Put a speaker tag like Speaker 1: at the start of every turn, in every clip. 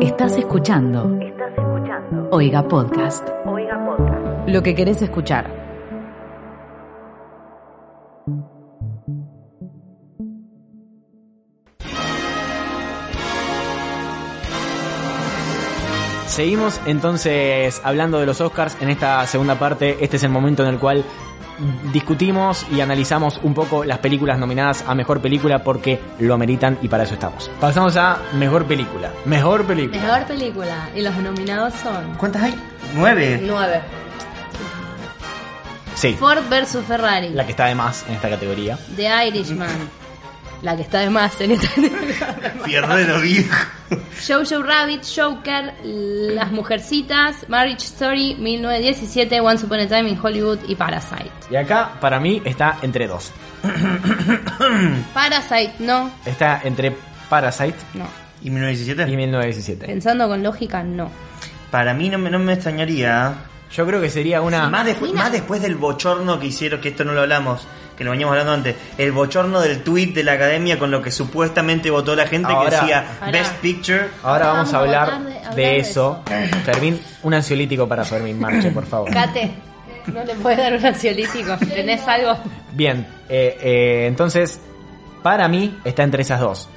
Speaker 1: Estás escuchando.
Speaker 2: Estás escuchando
Speaker 1: Oiga Podcast.
Speaker 2: Oiga Podcast.
Speaker 1: Lo que querés escuchar.
Speaker 3: Seguimos entonces hablando de los Oscars en esta segunda parte. Este es el momento en el cual discutimos y analizamos un poco las películas nominadas a mejor película porque lo ameritan y para eso estamos. Pasamos a mejor película. Mejor película.
Speaker 4: Mejor película. Y los nominados son
Speaker 5: ¿Cuántas hay? Nueve.
Speaker 4: 9.
Speaker 3: Sí,
Speaker 4: Ford vs Ferrari.
Speaker 3: la que está de más en esta categoría.
Speaker 4: The Irishman. La que está de más en esta
Speaker 5: Fierrero viejo.
Speaker 4: Jojo Rabbit, Joker, Las Mujercitas, Marriage Story, 1917, Once Upon a Time in Hollywood y Parasite.
Speaker 3: Y acá para mí está entre dos.
Speaker 4: Parasite, no,
Speaker 3: Está entre Parasite
Speaker 4: no.
Speaker 5: ¿Y
Speaker 3: y
Speaker 5: 1917?
Speaker 3: 1917.
Speaker 4: Pensando con lógica, no.
Speaker 5: Para mí no me, no me extrañaría.
Speaker 3: Yo creo que sería una...
Speaker 5: Más, después, más después del bochorno que hicieron, que esto no lo hablamos, que lo veníamos hablando antes. El bochorno del tweet de la academia con lo que supuestamente votó la gente que
Speaker 3: Ahora-
Speaker 5: decía
Speaker 4: Pará.
Speaker 5: Best Picture.
Speaker 3: Ahora
Speaker 4: Vamos
Speaker 3: vamos a
Speaker 4: a
Speaker 3: hablar
Speaker 4: hablar de- hablar
Speaker 3: de
Speaker 4: de
Speaker 3: eso. Fermín, un ansiolítico para Fermín Marche, por favor.
Speaker 4: Cate, no le puedes dar un ansiolítico. ¿Tenés algo?
Speaker 3: Bien, eh, eh, entonces, para mí está entre esas dos.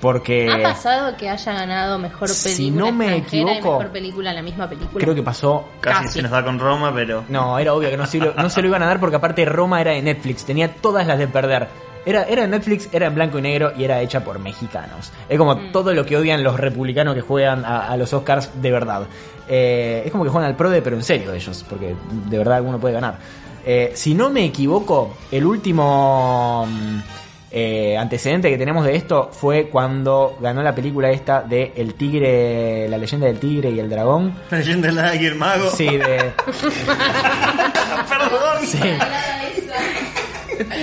Speaker 3: Porque
Speaker 4: ¿Ha pasado que haya ganado mejor película
Speaker 3: Si no
Speaker 4: extranjera
Speaker 3: me
Speaker 4: y
Speaker 3: equivoco,
Speaker 4: mejor película la misma película?
Speaker 3: creo que pasó...
Speaker 5: Casi,
Speaker 4: Casi.
Speaker 5: se nos da con Roma, pero.
Speaker 3: No, era obvio que no se, lo, no se lo iban a dar porque aparte Roma era de Netflix, tenía todas las de perder. Era, era de Netflix, era en blanco y negro y era hecha por mexicanos. Es como todo lo que odian los republicanos que juegan a, a los Oscars de verdad. Eh, es como que juegan al PRODE, pero en serio ellos, porque de verdad alguno puede ganar. Eh, si no me equivoco, el último mm, eh, antecedente que tenemos de esto fue cuando ganó la película esta de El Tigre, la leyenda del tigre y el dragón.
Speaker 5: La leyenda del águila y el mago.
Speaker 3: Sí, de...
Speaker 5: Perdón.
Speaker 3: Sí.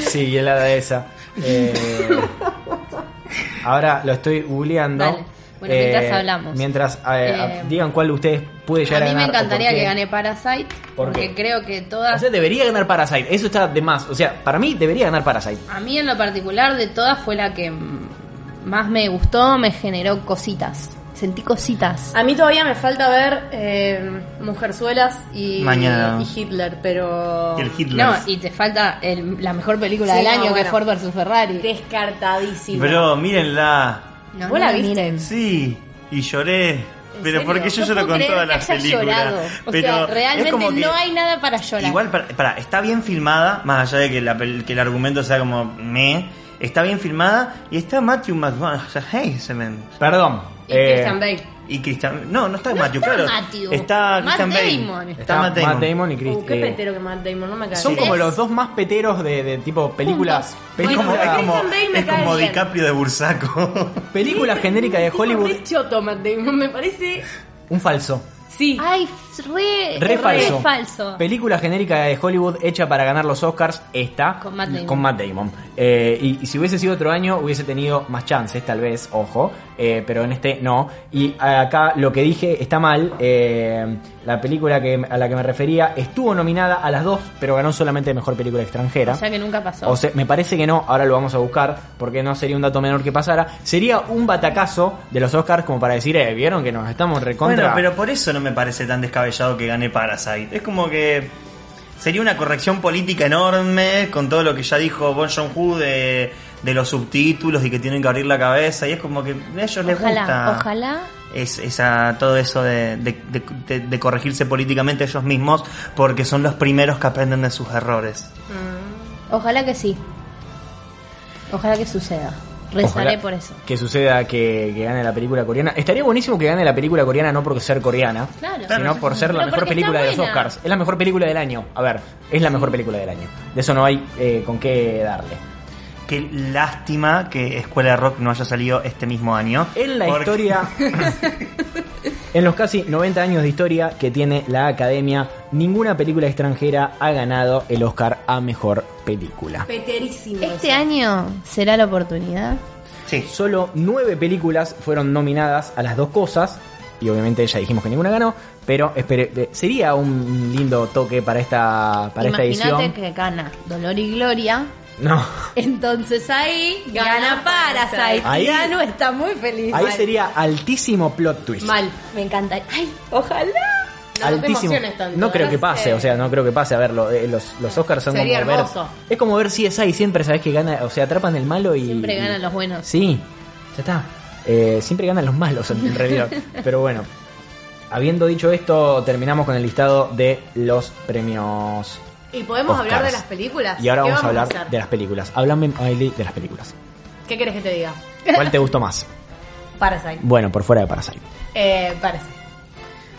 Speaker 3: Sí, helada de esa. Eh, ahora lo estoy googleando.
Speaker 4: Dale. Bueno, mientras hablamos.
Speaker 3: Mientras eh,
Speaker 4: Eh,
Speaker 3: digan cuál ustedes puede
Speaker 4: A
Speaker 3: llegar a,
Speaker 4: mí me
Speaker 3: ganar o por
Speaker 4: encantaría
Speaker 3: qué.
Speaker 4: que gane Parasite,
Speaker 3: ¿Por
Speaker 4: porque
Speaker 3: qué?
Speaker 4: creo que
Speaker 3: O
Speaker 4: todas
Speaker 3: sea, debería ganar Parasite. Eso está de más. O sea, para mí debería ganar Parasite.
Speaker 4: A mí en lo particular de todas fue la que mm, más me gustó, me generó cositas. Sentí cositas.
Speaker 5: Ah,
Speaker 6: A mí todavía me falta ver eh, Mujerzuelas y,
Speaker 5: Mañana.
Speaker 6: y Hitler, pero.
Speaker 5: El Hitler.
Speaker 4: No, y te falta el- la mejor película
Speaker 6: Sí,
Speaker 4: del
Speaker 6: no,
Speaker 4: año que
Speaker 6: bueno.
Speaker 4: es Ford vs Ferrari.
Speaker 6: Descartadísimo.
Speaker 5: Bro, mírenla.
Speaker 4: No,
Speaker 6: ¿Vos
Speaker 4: no
Speaker 6: la viste?
Speaker 4: miren.
Speaker 5: Sí, y lloré. Pero
Speaker 6: serio?
Speaker 5: porque yo
Speaker 4: No
Speaker 5: lloro
Speaker 4: puedo
Speaker 5: con
Speaker 4: creer
Speaker 5: todas
Speaker 4: que
Speaker 5: las
Speaker 4: hayas
Speaker 5: películas.
Speaker 4: llorado. O
Speaker 5: Pero
Speaker 4: sea,
Speaker 5: es
Speaker 4: realmente
Speaker 5: como que-
Speaker 4: no hay nada para llorar.
Speaker 5: Igual, para, para, está bien filmada, más allá de que, la pel- que el argumento sea como me, está bien filmada y está Matthew McConaughey
Speaker 3: Perdón.
Speaker 6: Y
Speaker 3: Eh,
Speaker 6: Christian Bale.
Speaker 5: y Christian. No, no está Matthew, claro.
Speaker 4: Matthew.
Speaker 5: Está
Speaker 4: Matt
Speaker 5: Christian Bale.
Speaker 4: Damon.
Speaker 5: Está Matt Damon.
Speaker 3: y Chris-
Speaker 6: Uh, qué
Speaker 3: eh,
Speaker 6: petero que Matt Damon, no me cae.
Speaker 3: Son
Speaker 6: bien.
Speaker 3: como los dos más peteros de, de tipo películas.
Speaker 5: Es como, es
Speaker 3: película-
Speaker 5: como,
Speaker 6: Christian Bale me
Speaker 5: es como
Speaker 6: cae bien.
Speaker 5: DiCaprio de Bursaco.
Speaker 3: película genérica de
Speaker 6: Tipo,
Speaker 3: Hollywood.
Speaker 6: re choto Matt Damon, me parece.
Speaker 3: Un falso.
Speaker 6: Sí.
Speaker 4: Ay, re,
Speaker 3: Re falso.
Speaker 4: falso.
Speaker 3: Película genérica de Hollywood hecha para ganar los Oscars, esta.
Speaker 4: Con Matt Damon.
Speaker 3: Damon. Eh, y, y si hubiese sido otro año, hubiese tenido más chances, tal vez, ojo. eh, pero en este no. Y acá lo que dije está mal. eh, la película que, a la que me refería estuvo nominada a las dos, pero ganó solamente mejor película extranjera.
Speaker 4: O sea que nunca pasó.
Speaker 3: O sea, me parece que no, ahora lo vamos a buscar, porque no sería un dato menor que pasara. Sería un batacazo de los Oscars como para decir, eh, vieron que nos estamos recontra.
Speaker 5: Bueno, pero por eso no me parece tan descabellado que gane Parasite. Es como que sería una corrección política enorme con todo lo que ya dijo Bon Joon-ho de, de los subtítulos y que tienen que abrir la cabeza. Y es como que a ellos les
Speaker 4: ojalá,
Speaker 5: gusta
Speaker 4: ojalá.
Speaker 5: es, esa, todo eso de, de- de- de- de corregirse políticamente ellos mismos porque son los primeros que aprenden de sus errores.
Speaker 4: Ojalá que sí. Ojalá que suceda. Rezaré
Speaker 3: Ojalá
Speaker 4: por eso.
Speaker 3: Que suceda que, que gane la película coreana. Estaría buenísimo que gane la película coreana no por ser coreana,
Speaker 4: Claro.
Speaker 3: sino por ser la
Speaker 4: Pero
Speaker 3: mejor
Speaker 4: porque
Speaker 3: película
Speaker 4: está
Speaker 3: de los
Speaker 4: buena.
Speaker 3: Oscars. Es la mejor película del año. A ver, es la mejor película del año. De eso no hay eh, con qué darle.
Speaker 5: Qué lástima que Escuela de Rock no haya salido este mismo año.
Speaker 3: En la
Speaker 5: Porque-
Speaker 3: historia, en los casi 90 años de historia que tiene la Academia, ninguna película extranjera ha ganado el Oscar a mejor película.
Speaker 6: Peterísimo.
Speaker 4: Este año será la oportunidad.
Speaker 5: Sí.
Speaker 3: Solo nueve películas fueron nominadas a las dos cosas. Y obviamente ya dijimos que ninguna ganó. Pero espere- eh, sería un lindo toque para esta, para esta
Speaker 4: Imagínate
Speaker 3: edición.
Speaker 4: que gana Dolor y Gloria.
Speaker 3: No.
Speaker 4: Entonces ahí gana
Speaker 6: Gana
Speaker 4: Parasite.
Speaker 6: Parasite.
Speaker 3: Ahí-
Speaker 4: Keanu está muy feliz.
Speaker 3: Ahí
Speaker 4: Mal.
Speaker 3: sería altísimo plot twist.
Speaker 4: Mal, me encanta. Ay, ojalá.
Speaker 6: No te emociones tanto,
Speaker 3: no creo
Speaker 6: no
Speaker 3: que pase,
Speaker 6: sé.
Speaker 3: o sea, no creo que pase. A ver, lo- eh, los, los Oscars son
Speaker 6: Sería
Speaker 3: como ver.
Speaker 6: hermoso.
Speaker 3: Es como ver CSI, siempre sabes que gana, o sea, atrapan el malo y.
Speaker 4: Siempre
Speaker 3: y-
Speaker 4: ganan los buenos.
Speaker 3: Sí, ya está. Eh, siempre ganan los malos en en realidad. Pero bueno, habiendo dicho esto, terminamos con el listado de los premios.
Speaker 6: Y podemos
Speaker 3: Oscars.
Speaker 6: hablar de las películas.
Speaker 3: Y ahora
Speaker 6: ¿Qué
Speaker 3: vamos a hablar
Speaker 6: hacer?
Speaker 3: de las películas. Háblame, Miley, de las películas.
Speaker 6: ¿Qué querés que te diga?
Speaker 3: ¿Cuál te gustó más?
Speaker 6: Parasite.
Speaker 3: Bueno, por fuera de Parasite.
Speaker 6: Eh, Parasite.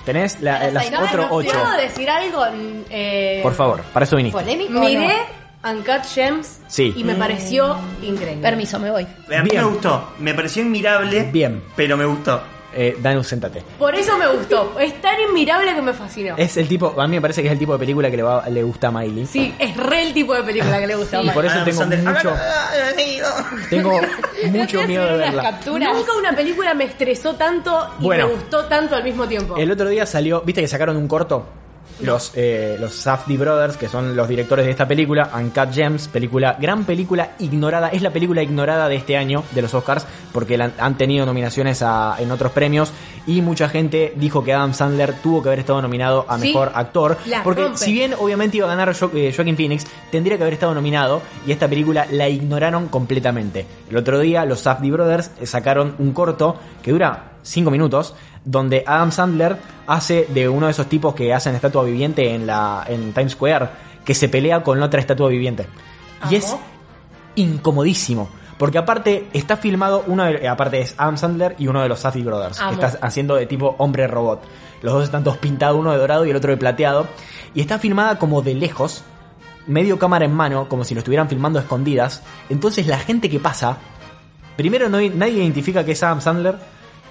Speaker 3: Tenés la- las
Speaker 6: Parasite. No,
Speaker 3: otro
Speaker 6: no,
Speaker 3: ocho.
Speaker 6: ¿Puedo decir algo? eh,
Speaker 3: Por favor, para eso viniste.
Speaker 4: Polémico.
Speaker 6: Miré
Speaker 4: Miré.
Speaker 6: Uncut Gems
Speaker 3: Sí.
Speaker 6: y me pareció increíble.
Speaker 4: Mm. Permiso, me voy.
Speaker 5: A mí
Speaker 3: Bien.
Speaker 5: me gustó. Me pareció inmirable.
Speaker 3: Bien.
Speaker 5: Pero me gustó.
Speaker 3: Eh, Danu, sentate.
Speaker 6: Por eso me gustó. Es tan inmirable que me fascinó.
Speaker 3: Es el tipo, a mí me parece que es el tipo de película que le, va- le gusta a Miley.
Speaker 6: Sí, es re el tipo de película que le gusta. a
Speaker 3: Y por
Speaker 6: Mike.
Speaker 3: eso
Speaker 5: Adam
Speaker 3: tengo
Speaker 5: Sandler.
Speaker 3: mucho, tengo mucho miedo de verla.
Speaker 4: capturas.
Speaker 6: Nunca una película me estresó tanto y
Speaker 3: Bueno.
Speaker 6: me gustó tanto al mismo tiempo.
Speaker 3: El otro día salió, viste que sacaron un corto. Los, eh, los Safdie Brothers, que son los directores de esta película, Uncut Gems, película, gran película ignorada, es la película ignorada de este año de los Oscars, porque la- han tenido nominaciones a- en otros premios, y mucha gente dijo que Adam Sandler tuvo que haber estado nominado a
Speaker 6: Sí,
Speaker 3: mejor actor,
Speaker 6: la
Speaker 3: porque
Speaker 6: rompe.
Speaker 3: si bien obviamente iba a ganar Jo- eh, Joaquin Phoenix, tendría que haber estado nominado, y esta película la ignoraron completamente. El otro día los Safdie Brothers eh, sacaron un corto que dura 5 minutos, donde Adam Sandler hace de uno de esos tipos que hacen estatua viviente en, la, en Times Square, que se pelea con otra estatua viviente. Y es
Speaker 6: Amo.
Speaker 3: incomodísimo. Porque aparte está filmado, uno de- eh, aparte es Adam Sandler y uno de los Safdie Brothers,
Speaker 6: Amo.
Speaker 3: que está haciendo de tipo hombre robot. Los dos están todos pintados, uno de dorado y el otro de plateado. Y está filmada como de lejos, medio cámara en mano, como si lo estuvieran filmando a escondidas. Entonces la gente que pasa, primero no, nadie identifica que es Adam Sandler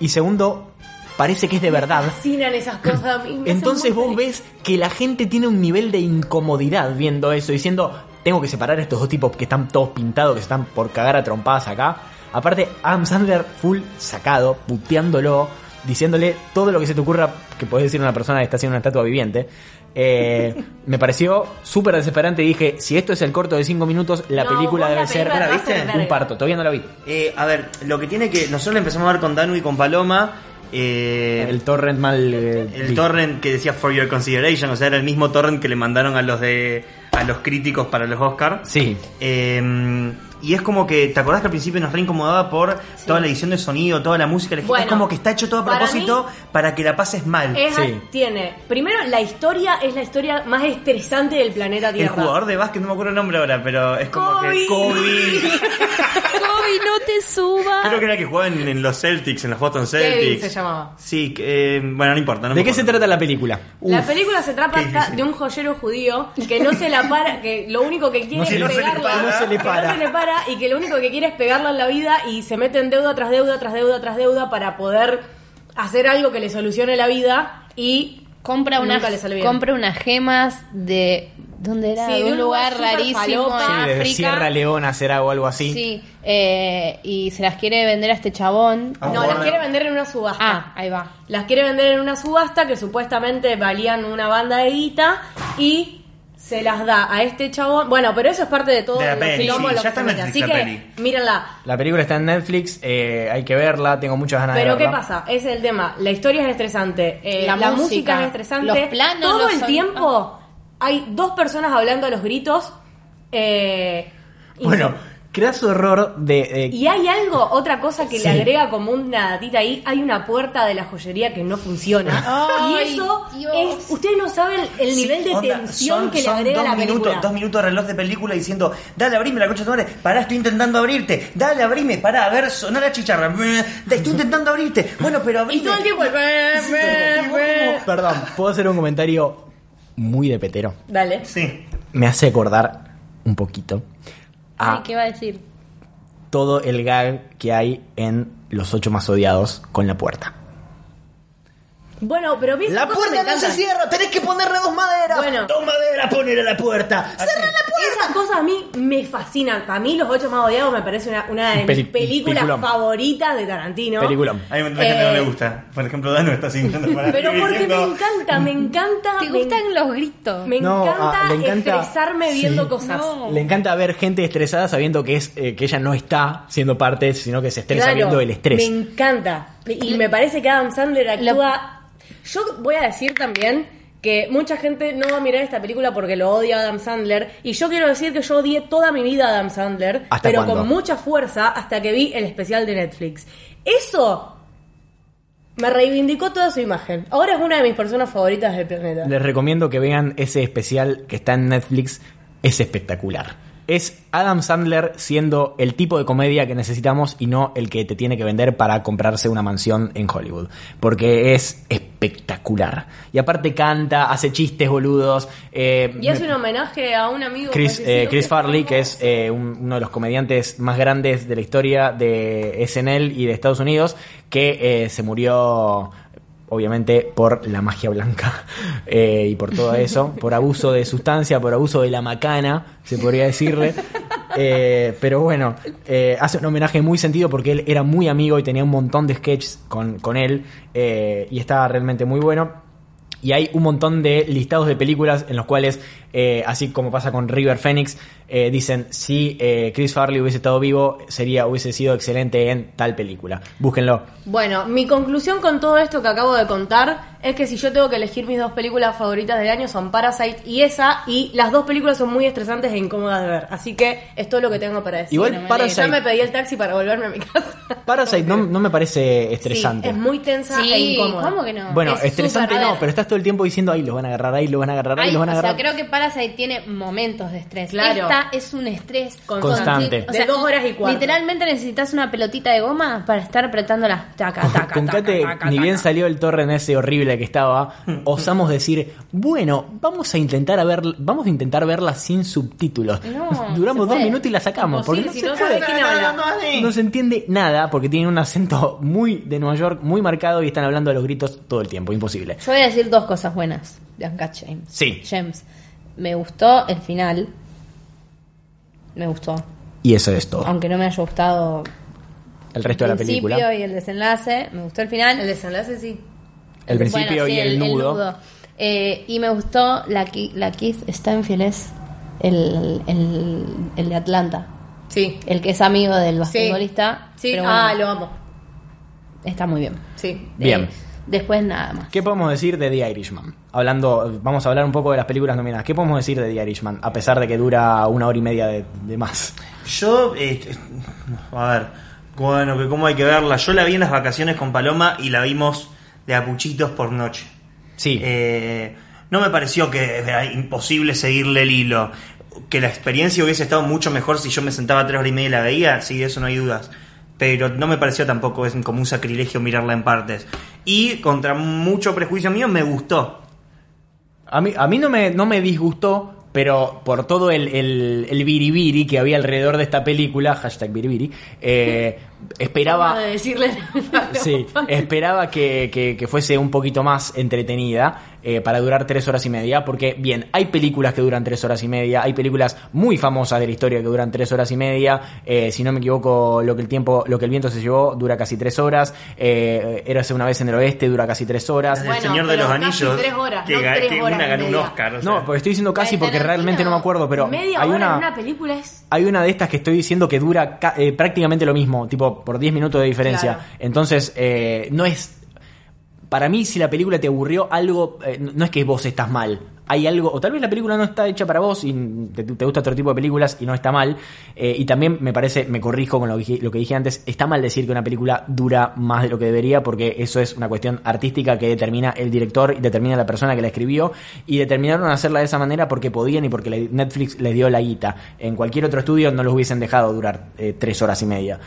Speaker 3: y segundo, parece que es de verdad.
Speaker 6: Me fascinan esas cosas. a mí, me hacen
Speaker 3: Entonces
Speaker 6: muy
Speaker 3: vos ves
Speaker 6: feliz.
Speaker 3: que la gente tiene un nivel de incomodidad viendo eso, diciendo, tengo que separar a estos dos tipos que están todos pintados, que están por cagar a trompadas acá. Aparte, Adam Sandler full sacado, puteándolo, diciéndole todo lo que se te ocurra que podés decir a una persona que está haciendo una estatua viviente. Eh, me pareció súper desesperante y dije, si esto es el corto de 5 minutos, la
Speaker 6: No,
Speaker 3: película
Speaker 6: vos
Speaker 3: debe
Speaker 6: la
Speaker 3: ser
Speaker 6: película
Speaker 5: la viste?
Speaker 6: vas a
Speaker 3: un parto. Todavía no la vi.
Speaker 5: Eh, a ver, lo que tiene que. Nosotros la empezamos a ver con Danu y con Paloma. eh,
Speaker 3: El torrent mal... eh,
Speaker 5: el
Speaker 3: vi.
Speaker 5: torrent que decía for your consideration, o sea, era el mismo torrent que le mandaron a los de a los críticos para los Oscars.
Speaker 3: Sí.
Speaker 5: Eh, y es como que, ¿te acordás que al principio nos reincomodaba por toda la edición de sonido, toda la música? elegida?
Speaker 6: Bueno,
Speaker 5: es como que está hecho todo a
Speaker 6: para
Speaker 5: propósito
Speaker 6: mí-
Speaker 5: para, que la pases mal.
Speaker 6: Es-
Speaker 3: sí.
Speaker 6: Tiene. Primero, la historia es la historia más estresante del planeta
Speaker 5: el
Speaker 6: Tierra.
Speaker 5: jugador de básquet, no me acuerdo el nombre ahora, pero es como que
Speaker 6: Kobe.
Speaker 5: Kobe.
Speaker 4: Kobe, no te subas.
Speaker 5: Creo que era el que jugaba en, en los Celtics, en los Boston
Speaker 6: Kevin
Speaker 5: Celtics.
Speaker 6: se llamaba.
Speaker 5: Sí, que, eh, bueno, no importa. no me
Speaker 3: ¿De qué se
Speaker 5: acuerdo.
Speaker 3: trata la película?
Speaker 6: La película se trata
Speaker 5: qué difícil.
Speaker 6: de un joyero judío que no se la para, que lo único que quiere
Speaker 5: No
Speaker 6: es
Speaker 5: se- no se le
Speaker 6: pegarla,
Speaker 5: para. No se
Speaker 3: le
Speaker 6: que
Speaker 3: para.
Speaker 6: no se le para y que lo único que quiere es pegarla en la vida y se mete en deuda tras deuda tras deuda tras deuda para poder hacer algo que le solucione la vida y
Speaker 4: Compra unas,
Speaker 6: Nunca le sale bien.
Speaker 4: compra unas gemas de. ¿Dónde era?
Speaker 6: Sí,
Speaker 4: de un lugar,
Speaker 6: súper
Speaker 4: rarísimo
Speaker 6: falopa.
Speaker 4: en
Speaker 6: Sí,
Speaker 3: desde
Speaker 4: África.
Speaker 3: Sierra Leona será o algo así.
Speaker 4: Sí, eh, y se las quiere vender a este chabón.
Speaker 5: Ah,
Speaker 6: no,
Speaker 5: bueno.
Speaker 6: las quiere vender en una subasta.
Speaker 4: Ah, ahí va.
Speaker 6: Las quiere vender en una subasta que supuestamente valían una banda de guita y se las da a este chabón. Bueno, pero eso es parte de todo
Speaker 5: De la
Speaker 6: el
Speaker 5: peli,
Speaker 6: quilombo,
Speaker 5: sí, ya
Speaker 6: lo que
Speaker 5: está
Speaker 6: se
Speaker 5: en
Speaker 6: mete.
Speaker 5: Netflix
Speaker 6: Así
Speaker 5: la
Speaker 6: que
Speaker 5: peli.
Speaker 6: mírenla.
Speaker 3: La película está en Netflix, eh, hay que verla, tengo muchas ganas
Speaker 6: Pero
Speaker 3: de verla.
Speaker 6: ¿qué pasa? Es el tema. La historia es estresante. eh,
Speaker 4: La
Speaker 6: la,
Speaker 4: música,
Speaker 6: música, es estresante.
Speaker 4: los planos,
Speaker 6: Todo
Speaker 4: los
Speaker 6: el
Speaker 4: son- ah.
Speaker 6: tiempo hay dos personas hablando a los gritos. eh, y-
Speaker 3: Bueno, creas horror de... eh, de-
Speaker 6: Y hay algo, otra cosa que
Speaker 3: Sí.
Speaker 6: le agrega como una datita ahí, hay una puerta de la joyería que no funciona.
Speaker 4: Ay,
Speaker 6: y eso
Speaker 4: Dios.
Speaker 6: es, ustedes no saben el
Speaker 5: Sí,
Speaker 6: nivel de
Speaker 5: onda,
Speaker 6: tensión
Speaker 5: son-
Speaker 6: que le
Speaker 5: son
Speaker 6: agrega
Speaker 5: dos
Speaker 6: la
Speaker 5: minutos,
Speaker 6: película.
Speaker 5: Dos minutos de reloj de película diciendo, dale, abrime la concha de tu madre, pará, estoy intentando abrirte, dale, abrime, pará, a ver, soná la chicharra, Bleh, estoy intentando abrirte, bueno, pero abrime.
Speaker 6: y todo el tiempo... el be, be, be.
Speaker 3: Perdón, ¿puedo hacer un comentario muy de petero?
Speaker 6: Dale.
Speaker 5: Sí.
Speaker 3: Me hace acordar un poquito a
Speaker 4: Ay, ¿Qué va a decir?
Speaker 3: todo el gag que hay en Los Ocho Más Odiados con la puerta.
Speaker 6: Bueno, pero a mí esa
Speaker 3: La
Speaker 6: cosa me
Speaker 3: puerta no
Speaker 6: encanta.
Speaker 3: se cierra, tenés que ponerle dos maderas.
Speaker 6: Bueno.
Speaker 3: Dos maderas, poner a la puerta. Cerra la
Speaker 6: Esas cosas a mí me fascinan. A mí Los Ocho Más Odiados me parece una, una de mis
Speaker 3: Peli-
Speaker 6: películas
Speaker 3: peliculón.
Speaker 6: favoritas de Tarantino.
Speaker 3: Peliculón.
Speaker 5: Hay un montón de gente que no
Speaker 6: Eh,
Speaker 5: le gusta. Por ejemplo, Danu está sintiendo para
Speaker 6: Pero
Speaker 5: escribir
Speaker 6: porque me
Speaker 5: diciendo,
Speaker 6: encanta, me encanta.
Speaker 4: ¿Te
Speaker 6: Ah, me
Speaker 4: gustan los gritos?
Speaker 6: Me
Speaker 3: No,
Speaker 6: encanta,
Speaker 3: ah, le encanta-
Speaker 6: estresarme viendo
Speaker 3: Sí.
Speaker 6: cosas.
Speaker 4: No.
Speaker 3: Le encanta ver gente estresada sabiendo que es eh, que ella no está siendo parte, sino que se estresa
Speaker 6: Claro,
Speaker 3: viendo el estrés.
Speaker 6: Me encanta. Y me parece que Adam Sandler actúa. Yo voy a decir también que mucha gente no va a mirar esta película porque lo odia a Adam Sandler. Y yo quiero decir que yo odié toda mi vida a Adam Sandler,
Speaker 3: ¿Hasta
Speaker 6: pero
Speaker 3: cuándo?
Speaker 6: con mucha fuerza hasta que vi el especial de Netflix. Eso me reivindicó toda su imagen. Ahora es una de mis personas favoritas del planeta.
Speaker 3: Les recomiendo que vean ese especial que está en Netflix. Es espectacular. Es Adam Sandler siendo el tipo de comedia que necesitamos y no el que te tiene que vender para comprarse una mansión en Hollywood. Porque es espectacular. Y aparte canta, hace chistes boludos. eh,
Speaker 6: Y hace
Speaker 3: me-
Speaker 6: un homenaje a un amigo.
Speaker 3: Chris,
Speaker 6: fallecido
Speaker 3: eh, Chris
Speaker 6: que-
Speaker 3: Farley, que es eh, un- uno de los comediantes más grandes de la historia de SNL y de Estados Unidos, que eh, se murió obviamente por la magia blanca eh, y por todo eso, por abuso de sustancia, por abuso de la macana, se podría decirle. Eh, pero bueno, eh, hace un homenaje muy sentido porque él era muy amigo y tenía un montón de sketches con, con él eh, y estaba realmente muy bueno. Y hay un montón de listados de películas en los cuales, eh, así como pasa con River Phoenix, eh, dicen si eh, Chris Farley hubiese estado vivo, sería, hubiese sido excelente en tal película. Búsquenlo.
Speaker 6: Bueno, mi conclusión con todo esto que acabo de contar es que si yo tengo que elegir mis dos películas favoritas del año son Parasite y esa, y las dos películas son muy estresantes e incómodas de ver. Así que es todo lo que tengo para decir.
Speaker 3: Igual
Speaker 6: No me
Speaker 3: Parasite-
Speaker 6: digas. Ya me pedí el taxi para volverme a mi casa.
Speaker 3: Parasite no, no me parece
Speaker 6: Sí,
Speaker 3: estresante.
Speaker 6: es muy tensa
Speaker 4: Sí,
Speaker 6: e incómoda.
Speaker 4: ¿cómo que no?
Speaker 3: bueno,
Speaker 4: Es
Speaker 3: estresante
Speaker 4: súper- a
Speaker 3: no,
Speaker 4: ver,
Speaker 3: pero estás todo el tiempo diciendo, ahí los van a agarrar, ahí los van a agarrar, ahí
Speaker 4: hay-
Speaker 3: los van a
Speaker 4: o sea,
Speaker 3: agarrar.
Speaker 4: creo que Parasite tiene momentos de estrés.
Speaker 6: Claro.
Speaker 4: Esta es un estrés
Speaker 3: Constante.
Speaker 4: conti-
Speaker 6: De dos horas y cuarto.
Speaker 4: Literalmente necesitas una pelotita de goma para estar apretándola. Taca,
Speaker 3: Con-
Speaker 4: taca,
Speaker 3: con
Speaker 4: taca,
Speaker 3: Kate,
Speaker 4: taca,
Speaker 3: ni
Speaker 4: taca.
Speaker 3: bien salió el torre en ese horrible que estaba, osamos decir, bueno, vamos a intentar a ver, vamos a intentar verla sin subtítulos.
Speaker 4: No,
Speaker 3: Duramos
Speaker 4: se
Speaker 3: dos
Speaker 4: puede.
Speaker 3: minutos y la sacamos, porque no
Speaker 6: Imposible,
Speaker 3: se
Speaker 6: si no sabes
Speaker 3: puede.
Speaker 6: quién habla.
Speaker 3: No se entiende nada porque tienen un acento muy de Nueva York, muy marcado y están hablando a los gritos todo el tiempo, imposible.
Speaker 4: Yo voy a decir dos cosas buenas de Uncut James.
Speaker 3: Sí.
Speaker 4: James. Me gustó el final. Me gustó.
Speaker 3: Y eso es todo.
Speaker 4: Aunque no me haya gustado
Speaker 3: El resto de la
Speaker 4: el principio
Speaker 3: película.
Speaker 4: y el desenlace. Me gustó el final.
Speaker 6: El desenlace sí.
Speaker 3: El principio
Speaker 4: Bueno, sí,
Speaker 3: y el nudo.
Speaker 4: Eh, y me gustó la, Ki- la Keith Stanfield, el, el, el de Atlanta.
Speaker 6: Sí.
Speaker 4: El que es amigo del basquetbolista.
Speaker 6: Sí,
Speaker 4: pero
Speaker 6: ah,
Speaker 4: bueno,
Speaker 6: lo amo.
Speaker 4: Está muy bien.
Speaker 6: Sí.
Speaker 3: Bien.
Speaker 4: Eh, después nada más.
Speaker 3: ¿Qué podemos decir de The Irishman? Hablando, vamos a hablar un poco de las películas nominadas. ¿Qué podemos decir de The Irishman? A pesar de que dura una hora y media de, de más.
Speaker 5: Yo, eh, a ver, bueno, que cómo hay que verla. Yo la vi en las vacaciones con Paloma y la vimos de apuchitos por noche.
Speaker 3: Sí.
Speaker 5: Eh, no me pareció que era imposible seguirle el hilo. Que la experiencia hubiese estado mucho mejor si yo me sentaba tres horas y media y la veía, sí, de eso no hay dudas. Pero no me pareció tampoco es como un sacrilegio mirarla en partes. Y contra mucho prejuicio mío, me gustó.
Speaker 3: A mí, a mí no, me, no me disgustó, pero por todo el, el, el biribiri que había alrededor de esta película, hashtag biribiri, eh, esperaba...
Speaker 6: Forma de decirle.
Speaker 3: Sí, esperaba que, que- que fuese un poquito más entretenida eh, para durar tres horas y media, porque bien, hay películas que duran tres horas y media, hay películas muy famosas de la historia que duran tres horas y media, eh, si no me equivoco, lo que el tiempo, lo que el viento se llevó dura casi tres horas, eh, érase una vez en el oeste dura casi tres horas.
Speaker 5: el
Speaker 6: Bueno,
Speaker 5: Señor de
Speaker 6: pero
Speaker 5: los
Speaker 6: casi
Speaker 5: Anillos.
Speaker 6: tres horas,
Speaker 5: que
Speaker 6: no
Speaker 5: ga-
Speaker 6: tres
Speaker 5: que
Speaker 6: horas
Speaker 5: una
Speaker 6: y
Speaker 5: ganó un
Speaker 6: media.
Speaker 5: Oscar. o sea.
Speaker 3: No, porque estoy diciendo casi
Speaker 4: La de
Speaker 3: porque
Speaker 4: Tarantino.
Speaker 3: realmente no me acuerdo, pero
Speaker 6: Media
Speaker 3: hay
Speaker 6: hora
Speaker 3: una,
Speaker 6: en una película es.
Speaker 3: hay una de estas que estoy diciendo que dura ca- eh, prácticamente lo mismo, tipo por 10 minutos de diferencia.
Speaker 6: Claro.
Speaker 3: Entonces, eh, no es. Para mí, si la película te aburrió, algo. eh, no es que vos estás mal. Hay algo. O tal vez la película no está hecha para vos y te, te gusta otro tipo de películas y no está mal. Eh, y también me parece, me corrijo con lo que, dije- lo que dije antes, está mal decir que una película dura más de lo que debería porque eso es una cuestión artística que determina el director y determina la persona que la escribió. Y determinaron hacerla de esa manera porque podían y porque le- Netflix les dio la guita. En cualquier otro estudio no los hubiesen dejado durar eh, tres horas y media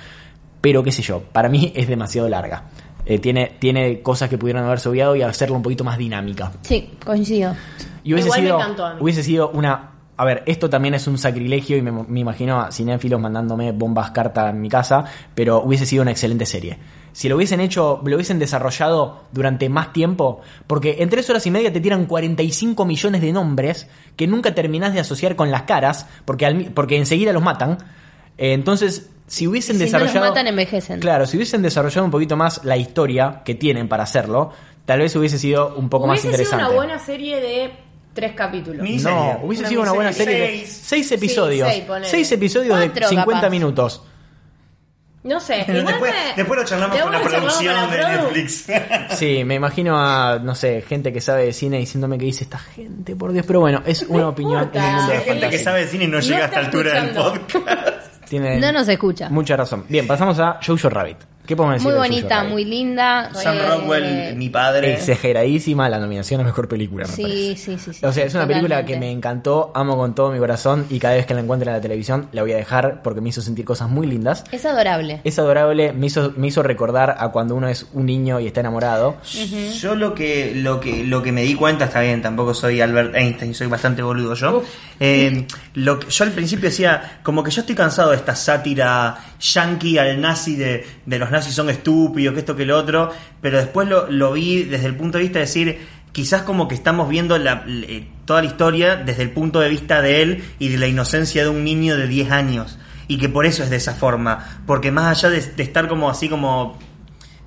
Speaker 3: pero qué sé yo, para mí es demasiado larga. Eh, tiene, tiene cosas que pudieron haberse obviado y hacerla un poquito más dinámica.
Speaker 4: Sí, coincido.
Speaker 3: Y hubiese
Speaker 6: Igual me
Speaker 3: sido,
Speaker 6: encantó a mí.
Speaker 3: hubiese sido una... A ver, esto también es un sacrilegio y me, me imagino a cinéfilos mandándome bombas carta en mi casa, pero hubiese sido una excelente serie. si lo hubiesen hecho, lo hubiesen desarrollado durante más tiempo, porque en tres horas y media te tiran 45 millones de nombres que nunca terminás de asociar con las caras, porque, al mi- porque enseguida los matan. Eh, entonces, si hubiesen
Speaker 4: Y si no los
Speaker 3: desarrollado...
Speaker 4: matan, envejecen.
Speaker 3: Claro, si hubiesen desarrollado un poquito más la historia que tienen para hacerlo, tal vez hubiese sido un poco más
Speaker 6: Hubiese sido
Speaker 3: interesante.
Speaker 6: una buena serie de tres capítulos.
Speaker 5: Mi-
Speaker 3: No,
Speaker 5: Miniserie.
Speaker 3: hubiese
Speaker 5: Una
Speaker 3: sido una buena serie
Speaker 5: miniserie.
Speaker 3: de
Speaker 5: Seis.
Speaker 3: seis episodios.
Speaker 6: seis, ponele.
Speaker 3: seis episodios de
Speaker 4: Cuatro,
Speaker 3: 50
Speaker 4: capaz.
Speaker 3: minutos.
Speaker 6: No sé. igual
Speaker 5: Después,
Speaker 6: me-
Speaker 5: después lo charlamos con la
Speaker 6: Después lo
Speaker 5: producción
Speaker 6: charlamos con la
Speaker 5: de
Speaker 6: produ.
Speaker 5: Netflix.
Speaker 3: Sí, me imagino a, no sé, gente que sabe de cine diciéndome que dice esta gente, por Dios. Pero bueno, es una opinión en el mundo de
Speaker 5: Hay
Speaker 3: la
Speaker 5: gente que
Speaker 3: fantasía.
Speaker 5: sabe de cine y no,
Speaker 6: No
Speaker 5: llega a esta
Speaker 6: está
Speaker 5: altura del
Speaker 6: escuchando.
Speaker 5: podcast.
Speaker 3: Tiene
Speaker 4: No nos escucha.
Speaker 3: mucha razón. Bien, pasamos a Jojo Rabbit. ¿Qué podemos decir
Speaker 4: Muy
Speaker 3: de Jojo
Speaker 4: bonita,
Speaker 3: Rabbit? Eh,
Speaker 4: muy linda.
Speaker 5: Sam
Speaker 4: eh,
Speaker 5: Rockwell, mi padre.
Speaker 3: Exageradísima la nominación a mejor película, me
Speaker 4: Sí,
Speaker 3: parece.
Speaker 4: sí, sí, sí.
Speaker 3: O sea, es una película que me
Speaker 4: Totalmente.
Speaker 3: encantó, amo con todo mi corazón y cada vez que la encuentre en la televisión la voy a dejar porque me hizo sentir cosas muy lindas.
Speaker 4: Es adorable.
Speaker 3: Es adorable, me hizo, me hizo recordar a cuando uno es un niño y está enamorado.
Speaker 5: Yo lo que, lo que lo que me di cuenta está bien, tampoco soy Albert Einstein, soy bastante boludo yo. Eh, lo que, yo al principio decía, como que yo estoy cansado de esta sátira yankee al nazi de, de los nazis son estúpidos, que esto que lo otro, pero después lo, lo vi desde el punto de vista de decir, quizás como que estamos viendo la- eh, toda la historia desde el punto de vista de él y de la inocencia de un niño de 10 años. Y que por eso es de esa forma, porque más allá de- de estar como así como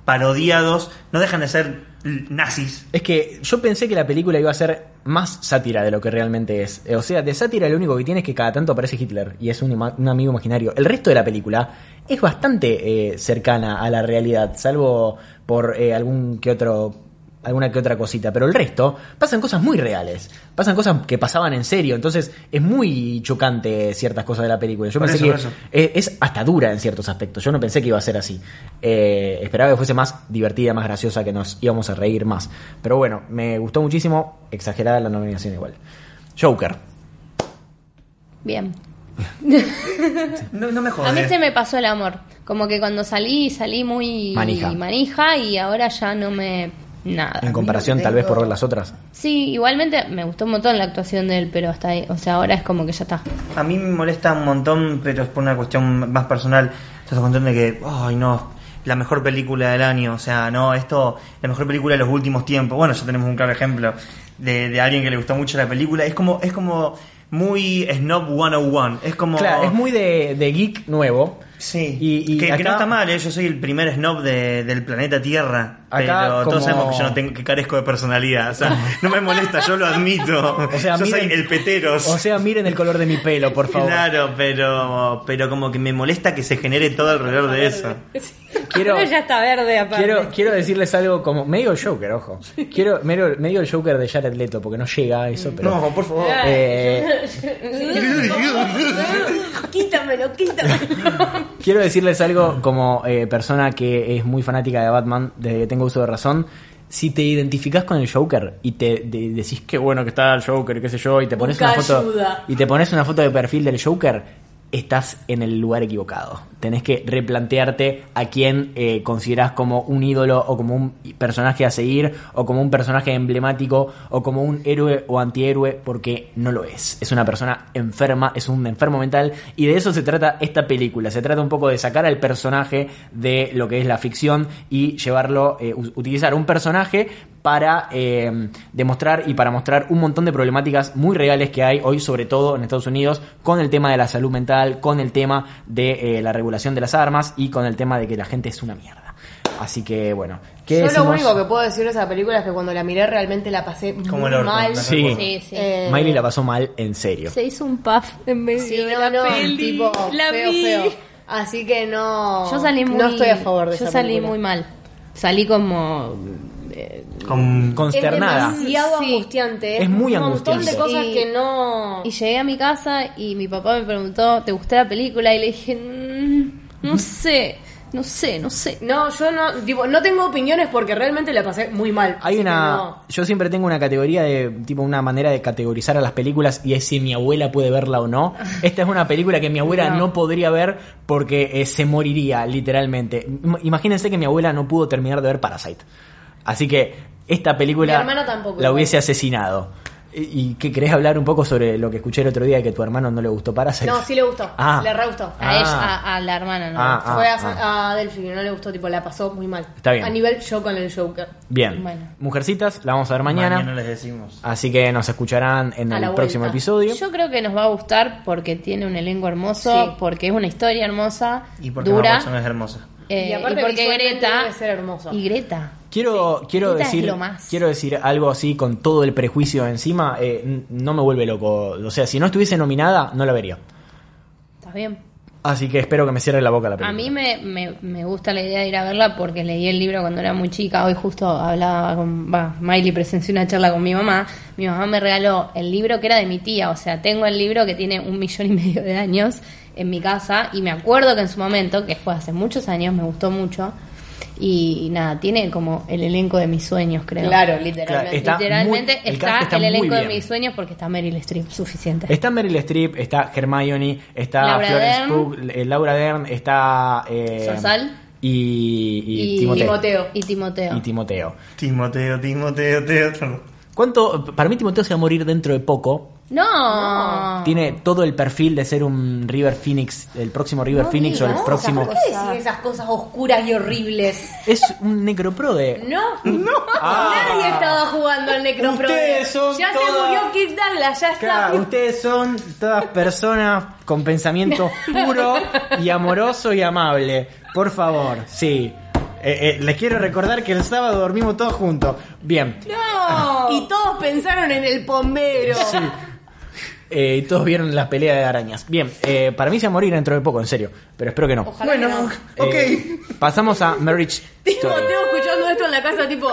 Speaker 5: parodiados, no dejan de ser l- nazis.
Speaker 3: Es que yo pensé que la película iba a ser más sátira de lo que realmente es. Eh, O sea, de sátira lo único que tiene es que cada tanto aparece Hitler y es un, ima- un amigo imaginario. El resto de la película es bastante eh, cercana a la realidad, salvo por eh, algún que otro alguna que otra cosita, pero el resto pasan cosas muy reales, pasan cosas que pasaban en serio, entonces es muy chocante ciertas cosas de la película. Yo
Speaker 5: Por
Speaker 3: pensé
Speaker 5: eso,
Speaker 3: que
Speaker 5: por eso.
Speaker 3: eh, es hasta dura en ciertos aspectos. Yo no pensé que iba a ser así. Eh, esperaba que fuese más divertida, más graciosa, que nos íbamos a reír más. Pero bueno, me gustó muchísimo. Exagerada la nominación igual. Joker.
Speaker 4: Bien.
Speaker 5: No, no me jodas.
Speaker 4: A mí se me pasó el amor. Como que cuando salí, salí muy
Speaker 3: Manija.
Speaker 4: manija y ahora ya no me.
Speaker 5: Ah,
Speaker 4: Nada.
Speaker 3: En comparación, tal vez por ver las otras.
Speaker 4: Sí, igualmente me gustó un montón la actuación de él, pero hasta ahí. O sea, ahora es como que ya está.
Speaker 5: A mí me molesta un montón, pero es por una cuestión más personal. Estás contando de que, ay no, la mejor película del año. O sea, no, esto, la mejor película de los últimos tiempos. Bueno, ya tenemos un claro ejemplo de, de alguien que le gustó mucho la película. Es como, es como muy Snob 101. Es como.
Speaker 3: Claro, es muy de, de geek nuevo.
Speaker 5: Sí,
Speaker 3: Y- y
Speaker 5: que, que
Speaker 3: acá-
Speaker 5: no está mal, ¿eh? yo soy el primer snob de- del planeta Tierra.
Speaker 3: Acá
Speaker 5: pero
Speaker 3: como-
Speaker 5: todos sabemos que yo no tengo, que carezco de personalidad. O sea, no me molesta, yo lo admito.
Speaker 3: O sea,
Speaker 5: yo
Speaker 3: miren-
Speaker 5: soy el peteros.
Speaker 3: O sea, miren el color de mi pelo, por favor.
Speaker 5: Claro, pero, pero como que me molesta que se genere todo alrededor de eso.
Speaker 3: Quiero-
Speaker 6: Pero ya está verde, aparte.
Speaker 3: Quiero, quiero decirles algo como medio el Joker, ojo. Quiero medio, medio el Joker de Jared Leto, porque no llega a eso, pero...
Speaker 5: No, por favor.
Speaker 3: Eh,
Speaker 6: quítamelo, quítamelo.
Speaker 3: Quiero decirles algo como eh, persona que es muy fanática de Batman, desde que tengo uso de razón. Si te identificás con el Joker y te de- decís qué bueno que está el Joker, qué sé yo, y te pones
Speaker 6: Busca
Speaker 3: una foto
Speaker 6: ayuda.
Speaker 3: y te pones una foto de perfil del Joker, estás en el lugar equivocado. Tenés que replantearte a quién eh, considerás como un ídolo o como un personaje a seguir o como un personaje emblemático o como un héroe o antihéroe porque no lo es. Es una persona enferma, es un enfermo mental y de eso se trata esta película. Se trata un poco de sacar al personaje de lo que es la ficción y llevarlo, eh, u- utilizar un personaje para eh, demostrar y para mostrar un montón de problemáticas muy reales que hay hoy, sobre todo en Estados Unidos, con el tema de la salud mental, con el tema de eh, la regulación de las armas y con el tema de que la gente es una mierda. Así que bueno, ¿qué
Speaker 7: Yo
Speaker 3: decimos?
Speaker 7: lo único que puedo decir de esa película es que cuando la miré realmente la pasé
Speaker 5: Como
Speaker 7: muy
Speaker 5: el orto,
Speaker 7: mal.
Speaker 5: la
Speaker 3: Sí.
Speaker 5: recuerdo.
Speaker 4: Sí, sí.
Speaker 7: Eh,
Speaker 3: Miley la pasó mal, en serio.
Speaker 4: Se hizo un puff en medio
Speaker 7: sí,
Speaker 4: de
Speaker 7: no,
Speaker 4: la
Speaker 7: no,
Speaker 4: peli.
Speaker 7: tipo,
Speaker 4: La
Speaker 7: feo,
Speaker 4: vi.
Speaker 7: feo. Así que no.
Speaker 4: Yo salí muy
Speaker 7: No estoy a favor de
Speaker 4: Yo
Speaker 7: esa
Speaker 4: salí
Speaker 7: película.
Speaker 4: muy mal. Salí como
Speaker 5: Con-
Speaker 3: Consternada.
Speaker 7: Es
Speaker 6: Y agua
Speaker 4: Sí.
Speaker 6: angustiante.
Speaker 3: Es muy
Speaker 6: un montón
Speaker 3: angustiante.
Speaker 6: de cosas
Speaker 4: Y-
Speaker 6: que no.
Speaker 4: y llegué a mi casa y mi papá me preguntó, ¿te gustó la película? Y le dije, "Mm, no sé, no sé, no sé.
Speaker 6: No, yo no, tipo, no tengo opiniones porque realmente la pasé muy mal.
Speaker 3: Hay
Speaker 6: Así
Speaker 3: una.
Speaker 6: que no.
Speaker 3: Yo siempre tengo una categoría de. Tipo, una manera de categorizar a las películas y es si mi abuela puede verla o no. Esta es una película que mi abuela no, podría ver porque eh, se moriría, literalmente. Im- Imagínense que mi abuela no pudo terminar de ver Parasite. Así que esta película.
Speaker 6: Mi hermana tampoco,
Speaker 3: La
Speaker 6: igual.
Speaker 3: hubiese asesinado. ¿Y y qué querés hablar un poco sobre lo que escuché el otro día de que tu hermano no le gustó Parasite?
Speaker 7: No, sí le gustó.
Speaker 3: Ah.
Speaker 7: Le re gustó.
Speaker 3: Ah.
Speaker 4: A ella, a, a la hermana, ¿no?
Speaker 3: Ah,
Speaker 7: Fue a,
Speaker 3: ah.
Speaker 7: a Delphi, que no le gustó, tipo, la pasó muy mal.
Speaker 3: Está bien.
Speaker 7: A nivel yo con el Joker.
Speaker 3: Bien.
Speaker 4: Bueno.
Speaker 3: Mujercitas, la vamos a ver mañana.
Speaker 5: Mañana les decimos.
Speaker 3: Así que nos escucharán en
Speaker 7: A la
Speaker 3: el
Speaker 7: vuelta.
Speaker 3: próximo episodio.
Speaker 4: Yo creo que nos va a gustar porque tiene un elenco hermoso,
Speaker 7: Sí.
Speaker 4: porque es una historia hermosa,
Speaker 5: Y porque una
Speaker 4: dura.
Speaker 5: persona es hermosa.
Speaker 4: eh,
Speaker 7: Y aparte
Speaker 4: porque
Speaker 7: visualmente
Speaker 4: Greta.
Speaker 7: debe ser hermoso.
Speaker 4: Y Greta.
Speaker 3: Quiero, quiero
Speaker 4: Greta es
Speaker 3: decir
Speaker 4: lo más.
Speaker 3: quiero decir algo así con todo el prejuicio encima. eh, n- no me vuelve loco. O sea, si no estuviese nominada, no la vería.
Speaker 4: ¿Estás bien?
Speaker 3: Así que espero que me cierre la boca la película.
Speaker 4: A mí me, me, me gusta la idea de ir a verla porque leí el libro cuando era muy chica. Hoy justo hablaba con. Va, Miley presenció una charla con mi mamá. Mi mamá me regaló el libro que era de mi tía. O sea, tengo el libro que tiene un millón y medio de años en mi casa. Y me acuerdo que en su momento, que fue hace muchos años, me gustó mucho. Y nada, tiene como el elenco de mis sueños, creo.
Speaker 7: Claro, literalmente.
Speaker 3: Claro, está
Speaker 4: Literalmente
Speaker 3: muy- el
Speaker 4: está
Speaker 3: cast
Speaker 4: el,
Speaker 3: está muy
Speaker 4: elenco de
Speaker 3: bien.
Speaker 4: mis sueños porque está Meryl Streep, suficiente.
Speaker 3: Está Meryl Streep, está Hermione, está
Speaker 4: Laura
Speaker 3: Florence
Speaker 4: Dern.
Speaker 3: Pugh, eh, Laura Dern, está. eh,
Speaker 4: Zorzal.
Speaker 3: Y, y Timoteo.
Speaker 7: Timoteo.
Speaker 4: Y Timoteo.
Speaker 3: Y Timoteo.
Speaker 5: Timoteo, Timoteo, Teo.
Speaker 3: ¿Cuánto? Para mí, Timoteo se va a morir dentro de poco.
Speaker 4: no.
Speaker 3: Tiene todo el perfil de ser un River Phoenix, el próximo River Phoenix o el
Speaker 7: Digas,
Speaker 3: próximo.
Speaker 7: ¿Por qué decís esas cosas oscuras y horribles?
Speaker 3: Es un necroprode.
Speaker 7: No, no. nadie estaba jugando al Necropro.
Speaker 3: Ah. Ustedes son
Speaker 7: ya se
Speaker 3: todas-
Speaker 7: murió Kirk Douglas, ya está.
Speaker 3: Claro, ustedes son todas personas con pensamiento puro y amoroso y amable. Por favor, sí. Eh, eh, les quiero recordar que el sábado dormimos todos juntos. Bien. Ah.
Speaker 7: No. Y todos pensaron en el bombero.
Speaker 3: Eh, y todos vieron la pelea de arañas. Bien, eh, para mí se va a morir dentro de poco, en serio. Pero espero que no.
Speaker 7: Ojalá que no.
Speaker 3: ok. eh, pasamos a Marriage Story.
Speaker 7: Timoteo escuchando esto en la casa, tipo.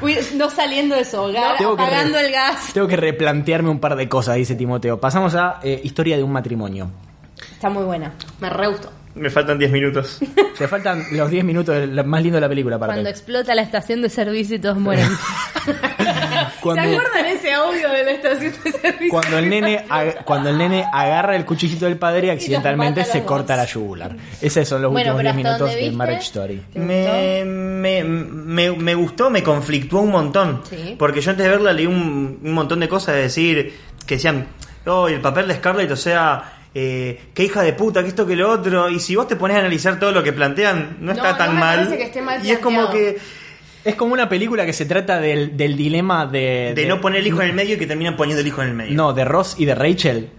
Speaker 7: cuid- No saliendo de su hogar,
Speaker 3: Tengo que
Speaker 7: apagando
Speaker 3: re-
Speaker 7: el gas.
Speaker 3: Tengo que replantearme un par de cosas, dice Timoteo. Pasamos a eh, historia de un matrimonio.
Speaker 7: Está muy buena. Me re gustó.
Speaker 5: Me faltan 10 minutos.
Speaker 3: Te faltan los 10 minutos del- lo más lindo de la película, aparte.
Speaker 4: Cuando explota la estación de servicio y todos mueren.
Speaker 3: Cuando-
Speaker 7: ¿Se acuerdan ese audio de la estación de servicio?
Speaker 3: Cuando el nene ag- cuando el nene agarra el cuchillito del padre y accidentalmente
Speaker 7: mata a
Speaker 3: se
Speaker 7: los
Speaker 3: corta
Speaker 7: dos.
Speaker 3: la yugular. Esos son los
Speaker 4: Bueno,
Speaker 3: últimos
Speaker 4: pero hasta
Speaker 3: 10 minutos
Speaker 4: donde
Speaker 3: de
Speaker 4: viste-
Speaker 3: Marriage Story.
Speaker 5: Me, me, me, me gustó, me conflictuó un montón.
Speaker 4: Sí.
Speaker 5: Porque yo antes de verla leí un, un montón de cosas de decir que decían, oh, el papel de Scarlett, o sea, eh, qué hija de puta, que esto, que lo otro. Y si vos te pones a analizar todo lo que plantean, no,
Speaker 7: No,
Speaker 5: está
Speaker 7: no
Speaker 5: tan
Speaker 7: me
Speaker 5: mal.
Speaker 7: parece que esté mal
Speaker 5: Y es como
Speaker 7: planteado.
Speaker 5: que
Speaker 3: Es como una película que se trata del, del dilema de,
Speaker 5: de, no poner el hijo en el medio y que terminan poniendo el hijo en el medio.
Speaker 3: No, de Ross y de Rachel.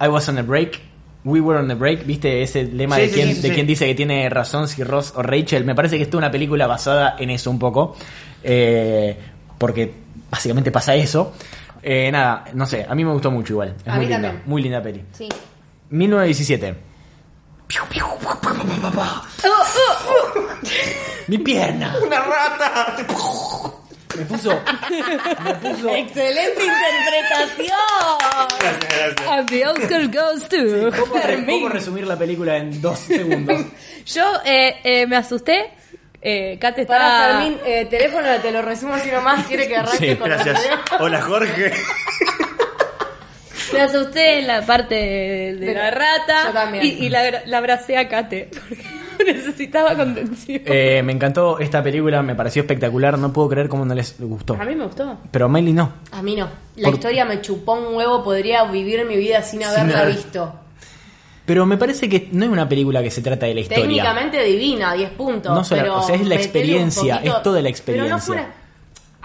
Speaker 3: I was on a break. We were on a break. ¿Viste ese lema
Speaker 5: Sí,
Speaker 3: de,
Speaker 5: sí,
Speaker 3: quién,
Speaker 5: sí, sí,
Speaker 3: de
Speaker 5: sí.
Speaker 3: quién dice que tiene razón, si Ross o Rachel? Me parece que esto es una película basada en eso un poco. Eh, porque básicamente pasa eso. Eh, nada, no sé, a mí me gustó mucho igual. Es
Speaker 7: A
Speaker 3: muy
Speaker 7: mí
Speaker 3: linda,
Speaker 7: también.
Speaker 3: muy linda peli.
Speaker 7: Sí.
Speaker 3: 1917. Mi pierna.
Speaker 5: ¡Una rata!
Speaker 3: Me puso. Me puso.
Speaker 7: ¡Excelente interpretación!
Speaker 5: Gracias, gracias.
Speaker 4: And the Oscar goes to.
Speaker 3: ¿Cómo, re- cómo resumir la película en dos segundos?
Speaker 4: Yo eh, eh, me asusté. Eh, Kate está.
Speaker 7: Para Fermín, eh, teléfono te lo resumo así nomás, quiere que arranque
Speaker 3: Sí,
Speaker 7: con la
Speaker 5: Gracias.
Speaker 7: idea.
Speaker 5: Hola, Jorge.
Speaker 4: Me asusté en la parte de, de
Speaker 7: De
Speaker 4: la
Speaker 7: la-
Speaker 4: rata.
Speaker 7: yo también.
Speaker 4: Y, y la, la abracé a Kate. Porque necesitaba contención.
Speaker 3: Eh, me encantó esta película, me pareció espectacular, no puedo creer cómo no les gustó.
Speaker 6: A mí me gustó.
Speaker 3: Pero a Miley no.
Speaker 7: A mí no. La
Speaker 3: Por-
Speaker 7: historia me chupó un huevo, podría vivir mi vida sin haberla
Speaker 5: haber-
Speaker 7: visto.
Speaker 3: Pero me parece que no es una película que se trata de la historia.
Speaker 7: Técnicamente divina, 10 puntos.
Speaker 3: No solo-
Speaker 7: pero
Speaker 3: o sea, es la
Speaker 7: metele un
Speaker 3: experiencia,
Speaker 7: poquito-
Speaker 3: es toda la
Speaker 7: Pero no fue una-
Speaker 3: experiencia.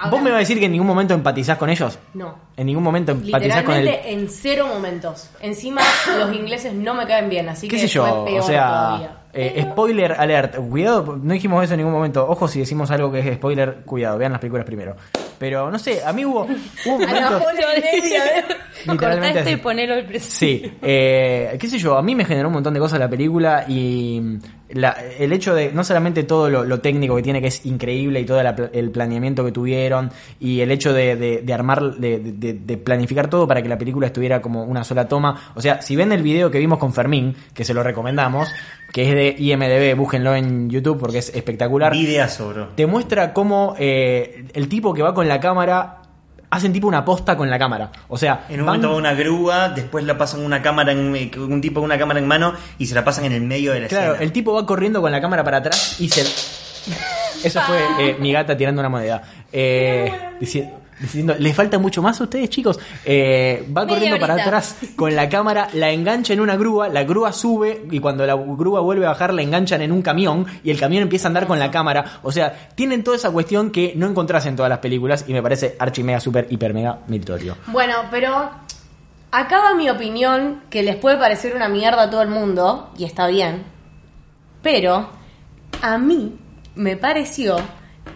Speaker 7: Ahora,
Speaker 3: ¿Vos me vas a decir que en ningún momento empatizás con ellos?
Speaker 7: No.
Speaker 3: En ningún momento empatizás con el...
Speaker 7: Literalmente en cero momentos. Encima, los ingleses no me caen bien, así
Speaker 3: ¿Qué
Speaker 7: que
Speaker 3: sé yo?
Speaker 7: fue peor
Speaker 3: o sea,
Speaker 7: todavía.
Speaker 3: eh, spoiler alert. Cuidado, no dijimos eso en ningún momento. Ojo si decimos algo que es spoiler, cuidado, vean las películas primero. Pero no sé, a mí hubo, hubo
Speaker 7: Ah,
Speaker 3: momentos...
Speaker 4: Cortá
Speaker 3: Literalmente
Speaker 4: esto y
Speaker 3: así.
Speaker 4: ponelo al presente.
Speaker 3: Sí, eh, qué sé yo, a mí me generó un montón de cosas la película y mm, la- el hecho de no solamente todo lo, lo técnico que tiene, que es increíble y todo la pl- el planeamiento que tuvieron y el hecho de, de- de armar, de, de- de planificar todo para que la película estuviera como una sola toma. O sea, si ven el video que vimos con Fermín, que se lo recomendamos, que es de IMDB, búsquenlo en YouTube porque es espectacular
Speaker 5: Videazo, bro.
Speaker 3: te muestra cómo eh, el tipo que va con la cámara hacen tipo una posta con la cámara. O sea,
Speaker 5: En un
Speaker 3: van-
Speaker 5: momento va una grúa, después la pasan una cámara en, un tipo con una cámara en mano y se la pasan en el medio de la
Speaker 3: claro,
Speaker 5: escena.
Speaker 3: el tipo va corriendo con la cámara para atrás y se. Eso fue eh, mi gata tirando una moneda. Eh, dici- diciendo, ¿les falta mucho más a ustedes, chicos? Eh, va
Speaker 4: Media
Speaker 3: corriendo para
Speaker 4: horita.
Speaker 3: atrás con la cámara, la engancha en una grúa, la grúa sube y cuando la grúa vuelve a bajar la enganchan en un camión y el camión empieza a andar con la cámara. O sea, tienen toda esa cuestión que no encontrás en todas las películas y me parece archi mega super hiper mega meritorio.
Speaker 6: Bueno, pero acá va mi opinión, que les puede parecer una mierda a todo el mundo, y está bien. Pero a mí me pareció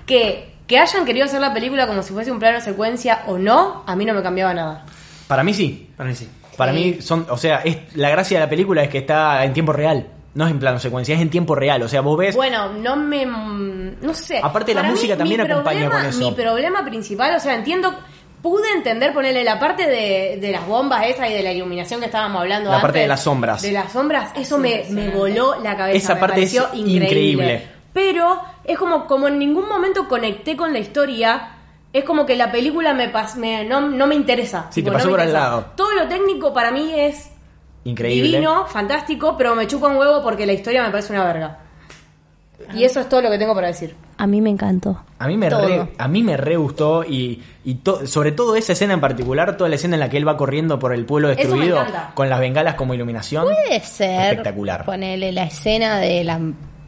Speaker 6: que que hayan querido hacer la película como si fuese un plano secuencia o no, a mí no me cambiaba nada.
Speaker 3: Para mí sí.
Speaker 5: Para mí sí.
Speaker 3: Para mí son, o sea, es, la gracia de la película es que está en tiempo real. No es en plano secuencia, es en tiempo real. O sea, vos ves
Speaker 6: Bueno, no me. No sé.
Speaker 3: Aparte, la
Speaker 6: Para
Speaker 3: música
Speaker 6: mí,
Speaker 3: también
Speaker 6: mi
Speaker 3: acompaña
Speaker 6: problema-
Speaker 3: con eso.
Speaker 6: Mi problema principal, o sea, entiendo. Pude entender, ponerle la parte de, de las bombas esa y de la iluminación que estábamos hablando
Speaker 3: La
Speaker 6: antes,
Speaker 3: parte de las sombras.
Speaker 6: De las sombras, eso me, me voló la cabeza.
Speaker 3: Esa
Speaker 6: me
Speaker 3: parte es
Speaker 6: pareció increíble.
Speaker 3: increíble.
Speaker 6: Pero es como, como en ningún momento conecté con la historia. Es como que la película me, pas- me- no, no me interesa.
Speaker 3: Sí, te
Speaker 6: Tipo, no
Speaker 3: pasó
Speaker 6: me
Speaker 3: por al
Speaker 6: interesa.
Speaker 3: lado.
Speaker 6: Todo lo técnico para mí es
Speaker 3: increíble.
Speaker 6: divino, fantástico, pero me chupa un huevo porque la historia me parece una verga. Y eso es todo lo que tengo para decir.
Speaker 8: A mí me encantó.
Speaker 3: A mí me
Speaker 8: Todo.
Speaker 3: re, a mí me re gustó y, y to- sobre todo esa escena en particular, toda la escena en la que él va corriendo por el pueblo
Speaker 6: me
Speaker 3: destruido
Speaker 6: encanta.
Speaker 3: con las bengalas como iluminación
Speaker 4: Puede ser.
Speaker 3: Espectacular.
Speaker 4: Ponele la escena de la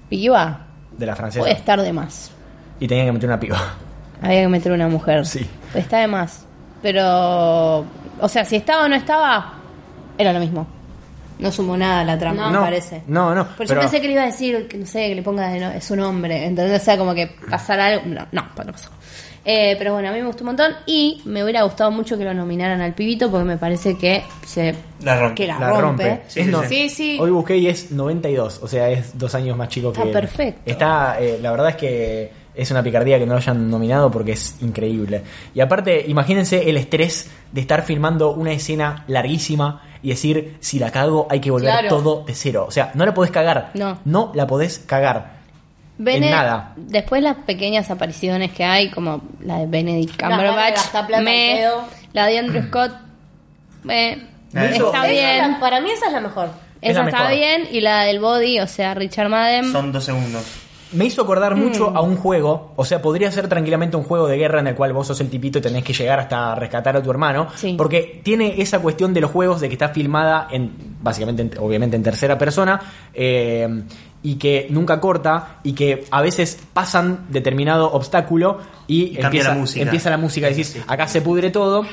Speaker 4: piba.
Speaker 3: de la francesa
Speaker 4: Puede estar de más.
Speaker 3: y tenía que meter una piba.
Speaker 4: Había que meter una mujer.
Speaker 3: Sí.
Speaker 4: Está de más. Pero. O sea, si estaba o no estaba, era lo mismo.
Speaker 6: No sumó nada a la trama,
Speaker 4: No,
Speaker 3: no,
Speaker 4: me parece.
Speaker 3: No, no,
Speaker 4: Pero, yo
Speaker 3: pero-
Speaker 4: pensé que le iba a decir, que, no sé, que le ponga de no- su nombre, ¿entendés? O sea, como que pasara algo. No, no, pues no pasó. Eh, pero bueno, a mí me gustó un montón y me hubiera gustado mucho que lo nominaran al pibito porque me parece que se
Speaker 5: La rompe.
Speaker 6: Que la,
Speaker 3: la rompe.
Speaker 6: rompe.
Speaker 5: Sí,
Speaker 3: Es
Speaker 5: sí,
Speaker 3: no-
Speaker 5: sí.
Speaker 6: Sí, sí.
Speaker 3: Hoy busqué y es 92, o sea, es dos años más chico que
Speaker 4: Está
Speaker 3: él.
Speaker 4: perfecto.
Speaker 3: Está, eh, la verdad es que es una picardía que no lo hayan nominado porque es increíble. Y aparte, imagínense el estrés de estar filmando una escena larguísima y decir, si la cago hay que volver
Speaker 4: Claro.
Speaker 3: todo de cero. O sea, no la podés cagar.
Speaker 4: No.
Speaker 3: No la podés cagar.
Speaker 4: Bene,
Speaker 3: En nada.
Speaker 4: Después las pequeñas apariciones que hay, como la de Benedict
Speaker 6: Una gana de
Speaker 4: Cumberbatch,
Speaker 6: gastar plata
Speaker 4: meh,
Speaker 6: al pedo.
Speaker 4: la de Andrew Scott, meh,
Speaker 5: Me hizo-
Speaker 4: está
Speaker 6: Esa es
Speaker 4: bien,
Speaker 6: la- para mí esa es la mejor.
Speaker 3: es
Speaker 4: esa
Speaker 3: la
Speaker 4: está
Speaker 3: mejor.
Speaker 4: bien, y la del body, o sea, Richard Madden,
Speaker 5: Son dos segundos.
Speaker 3: Me hizo acordar mucho a un juego, o sea, podría ser tranquilamente un juego de guerra en el cual vos sos el tipito y tenés que llegar hasta rescatar a tu hermano,
Speaker 4: Sí.
Speaker 3: porque tiene esa cuestión de los juegos de que está filmada en, básicamente, en- obviamente en tercera persona, eh, y que nunca corta, y que a veces pasan determinado obstáculo y,
Speaker 5: cambia
Speaker 3: empieza,
Speaker 5: la música.
Speaker 3: empieza la música, decís, acá se pudre todo.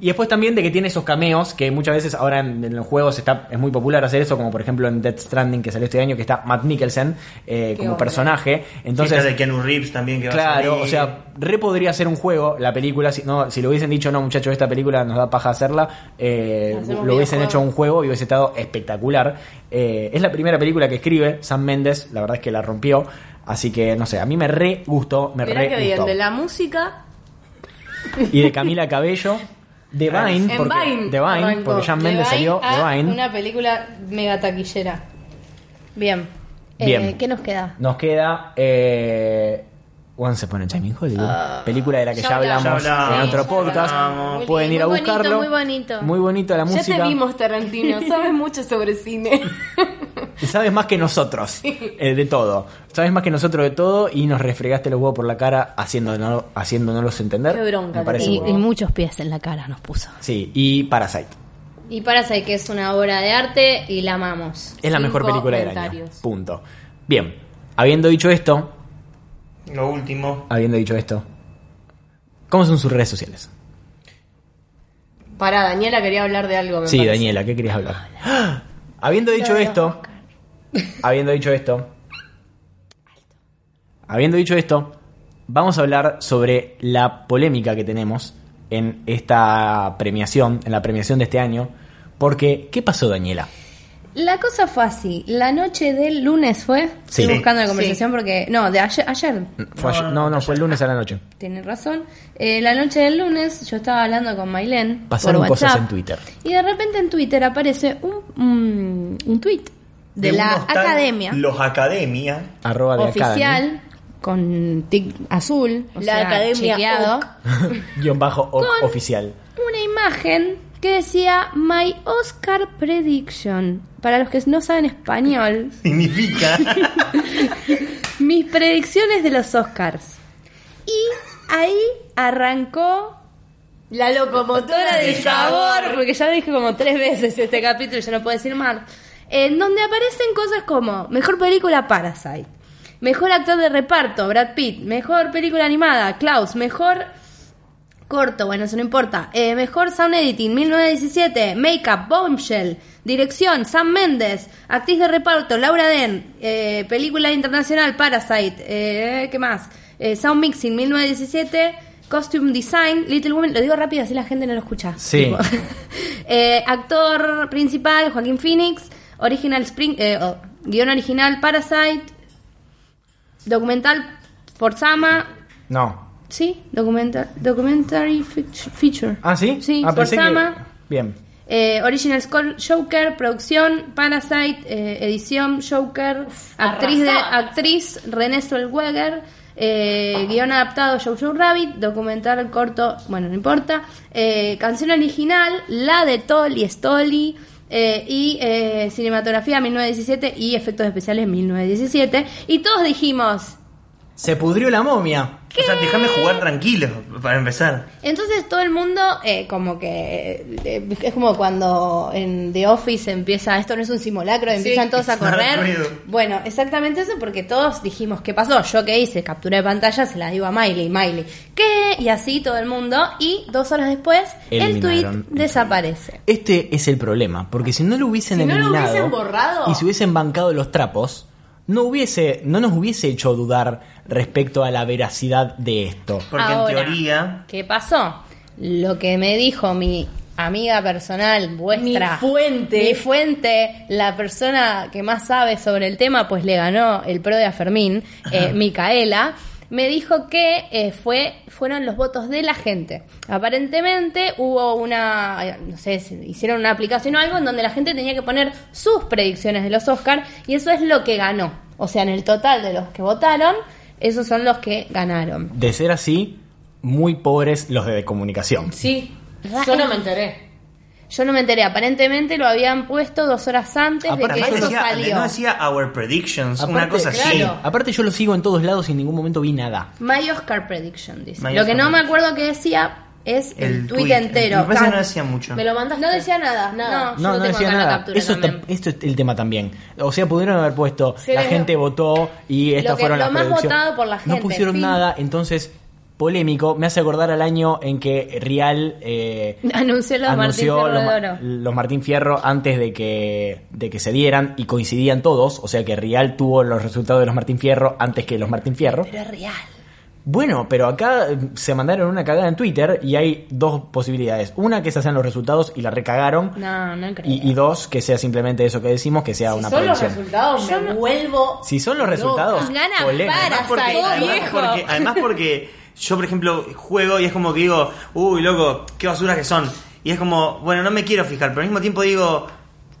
Speaker 3: Y después también de que tiene esos cameos, que muchas veces ahora en, en los juegos está, es muy popular hacer eso, como por ejemplo en Death Stranding que salió este año, que está Matt Mikkelsen eh, como personaje.
Speaker 5: Entonces,
Speaker 3: Entonces,
Speaker 5: de Keanu Reeves también que va a
Speaker 3: claro,
Speaker 5: salir.
Speaker 3: o sea, re podría ser un juego la película, si, no, si lo hubiesen dicho, no muchachos, esta película nos da paja hacerla, eh,
Speaker 6: Hacemos
Speaker 3: lo hubiesen
Speaker 6: videojuego.
Speaker 3: hecho un juego y hubiese estado espectacular. Eh, es la primera película que escribe Sam Méndez, la verdad es que la rompió, así que no sé, a mí me re gustó, me
Speaker 6: Mirá
Speaker 3: re
Speaker 6: que bien,
Speaker 3: gustó.
Speaker 6: de la música.
Speaker 3: Y de Camila Cabello. De Vine,
Speaker 6: En
Speaker 3: porque,
Speaker 6: Vine
Speaker 3: de Vine,
Speaker 6: arrancó. ah,
Speaker 3: porque Sam Mendes salió de Vine.
Speaker 4: una película mega taquillera. Bien. Eh,
Speaker 3: Bien.
Speaker 4: ¿Qué nos queda?
Speaker 3: Nos queda eh, Once Upon a Time in Hollywood, película de la que ya,
Speaker 4: ya
Speaker 3: hablamos,
Speaker 4: hablamos.
Speaker 5: Ya hablamos,
Speaker 3: en otro
Speaker 5: ya
Speaker 3: podcast.
Speaker 5: hablamos.
Speaker 3: Pueden ir a
Speaker 4: Muy bonito,
Speaker 3: buscarlo.
Speaker 4: muy bonito.
Speaker 3: Muy bonito la música.
Speaker 6: Ya te vimos, Tarantino. Sabes mucho sobre cine.
Speaker 3: Sabes más que nosotros eh, de todo. Sabes más que nosotros de todo y nos refregaste los huevos por la cara haciéndonos, haciéndonos entender.
Speaker 6: Qué bronca
Speaker 3: Me parece
Speaker 8: Y, y
Speaker 3: un huevo.
Speaker 8: muchos pies en la cara nos puso.
Speaker 3: Sí, y Parasite.
Speaker 4: Y Parasite, que es una obra de arte y la amamos.
Speaker 3: Es la mejor
Speaker 6: Cinco
Speaker 3: película del año.
Speaker 6: comentarios.
Speaker 3: Punto. Bien, habiendo dicho esto,
Speaker 5: Lo último.
Speaker 3: habiendo dicho esto, ¿cómo son sus redes sociales?
Speaker 6: Para Daniela quería hablar de algo. me
Speaker 3: Sí,
Speaker 6: parece.
Speaker 3: Daniela, ¿qué querías hablar? ¡Ah! Habiendo dicho esto, habiendo dicho esto, habiendo dicho esto, vamos a hablar sobre la polémica que tenemos en esta premiación, en la premiación de este año, porque ¿qué pasó, Daniela?
Speaker 4: La cosa fue así. La noche del lunes fue.
Speaker 3: Sí.
Speaker 4: Estoy buscando la conversación porque. No, de ayer. ayer.
Speaker 3: Fue ayer- no, no, fue el lunes a la noche.
Speaker 4: Tienes razón. Eh, la noche del lunes yo estaba hablando con Mailén.
Speaker 3: Pasaron
Speaker 4: por
Speaker 3: cosas
Speaker 4: WhatsApp,
Speaker 3: en Twitter.
Speaker 4: Y de repente en Twitter aparece un, un, un ¿eh? tweet de, la
Speaker 5: unos tal-
Speaker 4: academia
Speaker 5: Los academia.
Speaker 3: Arroba de
Speaker 4: oficial con tic azul. o
Speaker 9: La
Speaker 4: sea,
Speaker 9: Academia
Speaker 4: chequeado,
Speaker 9: Oc.
Speaker 3: Academy, guión bajo o-
Speaker 4: Con-
Speaker 3: oficial.
Speaker 4: una imagen que decía My Oscar Prediction. Para los que no saben español,
Speaker 5: Significa.
Speaker 4: Mis predicciones de los Oscars. Y ahí arrancó
Speaker 7: La locomotora del sabor.
Speaker 4: porque ya lo dije como tres veces este capítulo, ya no puedo decir más. En donde aparecen cosas como mejor película Parasite, mejor actor de reparto Brad Pitt, mejor película animada Klaus, mejor corto, bueno, eso no importa, eh, mejor sound editing 1917, make-up Bombshell, dirección Sam Méndez, actriz de reparto Laura Den, eh, película internacional Parasite, eh, ¿qué más? Eh, sound mixing 1917, costume design Little Women, lo digo rápido así la gente no lo escucha.
Speaker 3: Sí.
Speaker 4: Tipo. Eh, actor principal, Joaquín Phoenix. Original Spring, eh, oh, guión original, Parasite. Documental, Forzama.
Speaker 3: No.
Speaker 4: Sí, documental, documentary fict- feature.
Speaker 3: ¿Ah, sí?
Speaker 4: Sí,
Speaker 3: Ah, pensé que-
Speaker 4: Forzama.
Speaker 3: Bien.
Speaker 4: eh, original score, Joker, producción, Parasite, eh, edición, Joker, actriz, de,
Speaker 7: arrasaba.
Speaker 4: actriz René Zellweger, eh, guión adaptado, Jojo Rabbit, documental corto, bueno, no importa, eh, canción original, la de Tolly Stolly, eh, y eh, cinematografía 1917 y efectos especiales 1917. Y todos dijimos,
Speaker 3: Se pudrió la momia.
Speaker 5: O sea, déjame jugar tranquilo para empezar.
Speaker 4: Entonces todo el mundo, eh, como que. eh, es como cuando en The Office empieza, esto no es un simulacro, empiezan todos a
Speaker 5: es nada
Speaker 4: correr.
Speaker 5: ruido.
Speaker 4: Bueno, exactamente eso, porque todos dijimos, ¿qué pasó? Yo qué hice, captura de pantalla, se la digo a Miley, Miley. ¿Qué? Y así todo el mundo, y dos horas después,
Speaker 3: Eliminaron
Speaker 4: el tweet desaparece.
Speaker 3: Este es el problema, porque si no lo hubiesen
Speaker 7: Si no lo
Speaker 3: eliminado
Speaker 7: hubiesen borrado.
Speaker 3: y se hubiesen bancado los trapos, no hubiese, no nos hubiese hecho dudar respecto a la veracidad de esto.
Speaker 5: Porque en
Speaker 4: Ahora,
Speaker 5: teoría.
Speaker 4: ¿Qué pasó? Lo que me dijo mi amiga personal, vuestra.
Speaker 6: Mi fuente.
Speaker 4: Mi fuente, la persona que más sabe sobre el tema, pues le ganó el pro de a Fermín, eh, Micaela. Me dijo que eh, fue fueron los votos de la gente. Aparentemente hubo una, eh, no sé, si hicieron una aplicación o algo en donde la gente tenía que poner sus predicciones de los Oscars y eso es lo que ganó. O sea, en el total de los que votaron, esos son los que ganaron.
Speaker 3: De ser así, muy pobres los de comunicación.
Speaker 6: Sí.
Speaker 7: Yo no me enteré.
Speaker 4: Yo no me enteré, aparentemente lo habían puesto dos horas antes
Speaker 3: Aparte,
Speaker 4: de que
Speaker 5: Además
Speaker 4: eso
Speaker 5: Ah, decía,
Speaker 4: salió.
Speaker 5: no decía our predictions, una
Speaker 3: Aparte-
Speaker 5: cosa así.
Speaker 3: Sí, Aparte yo lo sigo en todos lados y en ningún momento vi nada.
Speaker 4: My Oscar Prediction dice.
Speaker 5: My
Speaker 4: lo que
Speaker 5: Oscar
Speaker 4: no me acuerdo que decía es el,
Speaker 5: El
Speaker 4: tweet,
Speaker 5: tweet.
Speaker 4: entero.
Speaker 5: Me parece que no
Speaker 4: Ca-
Speaker 5: decía mucho.
Speaker 4: Me lo mandas, no decía nada, nada. No, yo
Speaker 3: No,
Speaker 4: lo
Speaker 3: no
Speaker 4: tengo
Speaker 3: decía
Speaker 4: acá la
Speaker 3: nada.
Speaker 4: captura
Speaker 3: Eso
Speaker 4: también.
Speaker 3: tam- esto es el tema también. O sea, pudieron haber puesto,
Speaker 6: Se
Speaker 3: la
Speaker 6: les-
Speaker 3: gente votó y estas
Speaker 4: que-
Speaker 3: fueron
Speaker 4: lo
Speaker 3: las
Speaker 4: más
Speaker 3: predicciones.
Speaker 4: votado por la gente,
Speaker 3: No pusieron
Speaker 4: fin.
Speaker 3: nada, entonces, polémico. Me hace acordar al año en que Rial... eh,
Speaker 4: Anunció los
Speaker 3: anunció
Speaker 4: Martín
Speaker 3: los,
Speaker 4: Fierro
Speaker 3: Ma-
Speaker 4: de Oro.
Speaker 3: los Martín Fierro antes de que, de que se dieran y coincidían todos, o sea que Rial tuvo los resultados de los Martín Fierro antes que los Martín Fierro.
Speaker 4: Pero es real.
Speaker 3: Bueno, pero acá eh, se mandaron una cagada en Twitter y hay dos posibilidades. Una, que se hacen los resultados y la recagaron.
Speaker 4: No, no creo.
Speaker 3: Y, y dos, que sea simplemente eso que decimos, que sea
Speaker 7: Si
Speaker 3: una
Speaker 7: son los
Speaker 3: predicción.
Speaker 7: resultados, me vuelvo.
Speaker 3: Si son los resultados,
Speaker 4: Loca. Gana
Speaker 3: polémica.
Speaker 4: Parasite.
Speaker 5: porque,
Speaker 4: Todo
Speaker 5: además,
Speaker 4: viejo.
Speaker 5: porque- además porque yo, por ejemplo, juego y es como que digo, uy, loco, qué basuras que son. Y es como, bueno, no me quiero fijar, pero al mismo tiempo digo,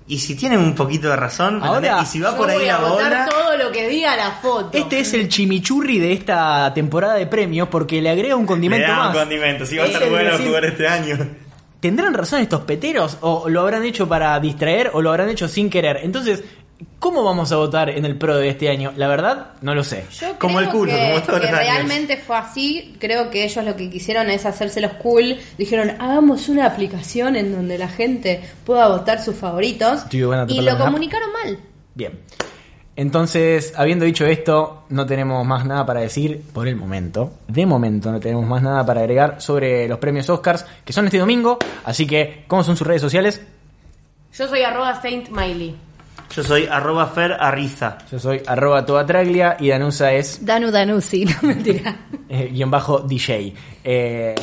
Speaker 5: ¿y si tienen un poquito de razón? ¿Me
Speaker 3: Ahora,
Speaker 5: entendés? y si va
Speaker 7: Yo
Speaker 5: por ahí
Speaker 7: voy
Speaker 5: la
Speaker 7: a votar
Speaker 5: bola.
Speaker 7: todo lo que diga la foto.
Speaker 3: Este es el chimichurri de esta temporada de premios porque le agrega un
Speaker 5: Le
Speaker 3: condimento
Speaker 5: dan
Speaker 3: más.
Speaker 5: condimento, sí, va a
Speaker 3: Es
Speaker 5: estar
Speaker 3: el
Speaker 5: bueno
Speaker 3: decir,
Speaker 5: jugar este año.
Speaker 3: ¿Tendrán razón estos peteros? ¿O lo habrán hecho para distraer o lo habrán hecho sin querer? Entonces, ¿cómo vamos a votar en el PRO de este año? La verdad, no lo sé.
Speaker 4: Yo
Speaker 5: Como
Speaker 4: creo
Speaker 5: el culo,
Speaker 4: que,
Speaker 5: como todos
Speaker 4: que
Speaker 5: los años.
Speaker 4: realmente fue así. Creo que ellos lo que quisieron es hacérselos cool. Dijeron, hagamos una aplicación en donde la gente pueda votar sus favoritos.
Speaker 3: Do you wanna
Speaker 4: Y
Speaker 3: develop
Speaker 4: lo
Speaker 3: an app?
Speaker 4: comunicaron mal.
Speaker 3: Bien. Entonces, habiendo dicho esto, no tenemos más nada para decir por el momento. De momento no tenemos más nada para agregar sobre los premios Oscars, que son este domingo. Así que, ¿cómo son sus redes sociales?
Speaker 7: Yo soy arroba Saint Miley.
Speaker 5: Yo soy arroba fer arriza.
Speaker 3: Yo soy arroba toatraglia y Danusa es
Speaker 4: Danu Danusi, no mentira.
Speaker 3: eh, guión bajo DJ. Eh,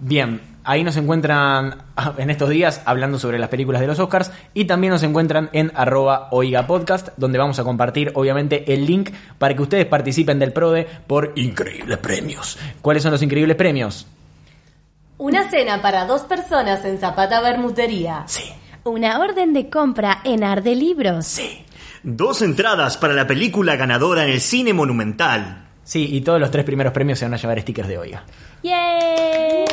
Speaker 3: bien, ahí nos encuentran ah, en estos días hablando sobre las películas de los Oscars y también nos encuentran en arroba oiga podcast, donde vamos a compartir obviamente el link para que ustedes participen del PRODE por increíbles premios. ¿Cuáles son los increíbles premios?
Speaker 7: Una cena para dos personas en Zapata Bermutería.
Speaker 3: Sí.
Speaker 4: Una orden de compra en Arde Libros.
Speaker 5: Dos entradas para la película ganadora en el cine monumental.
Speaker 3: Sí, y todos los tres primeros premios se van a llevar stickers de Oiga.
Speaker 4: ¡Yay!